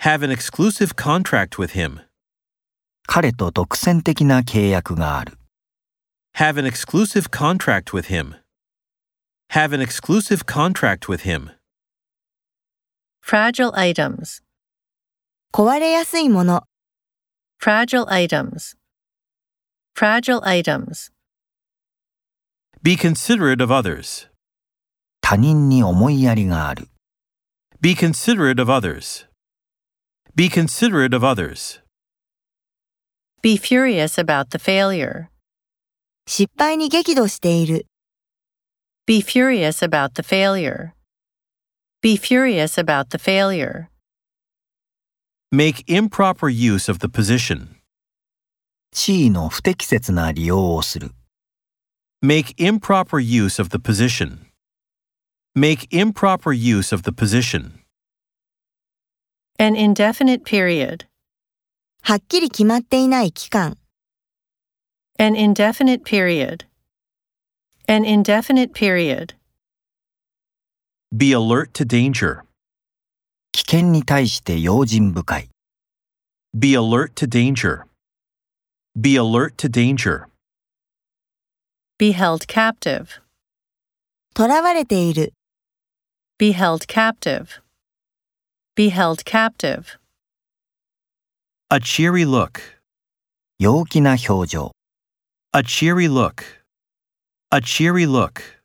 have an exclusive contract with him, 彼と独占的な契約がある。 have an exclusive contract with him, have an exclusive contract with him, Fragile items. 壊れやすいもの、 Fragile items. Fragile items. be considerate of others, 他人に思いやりがある。 be considerate of others, be considerate of others, Be furious about the failure. 失敗に激怒している、 Be furious about the failure. Be furious about the failure. make improper use of the position, 地位の不適切な利用をする。 make improper use of the position, make improper use of the position. An indefinite period. はっきり決まっていない期間、 An indefinite period. An indefinite period. Be alert to danger. 危険に対して用心深い。 Be alert to danger. Be alert to danger. Be held captive. 囚われている、 Be held captive. Be held captive. A cheery look. 陽気な表情。 A cheery look. A cheery look.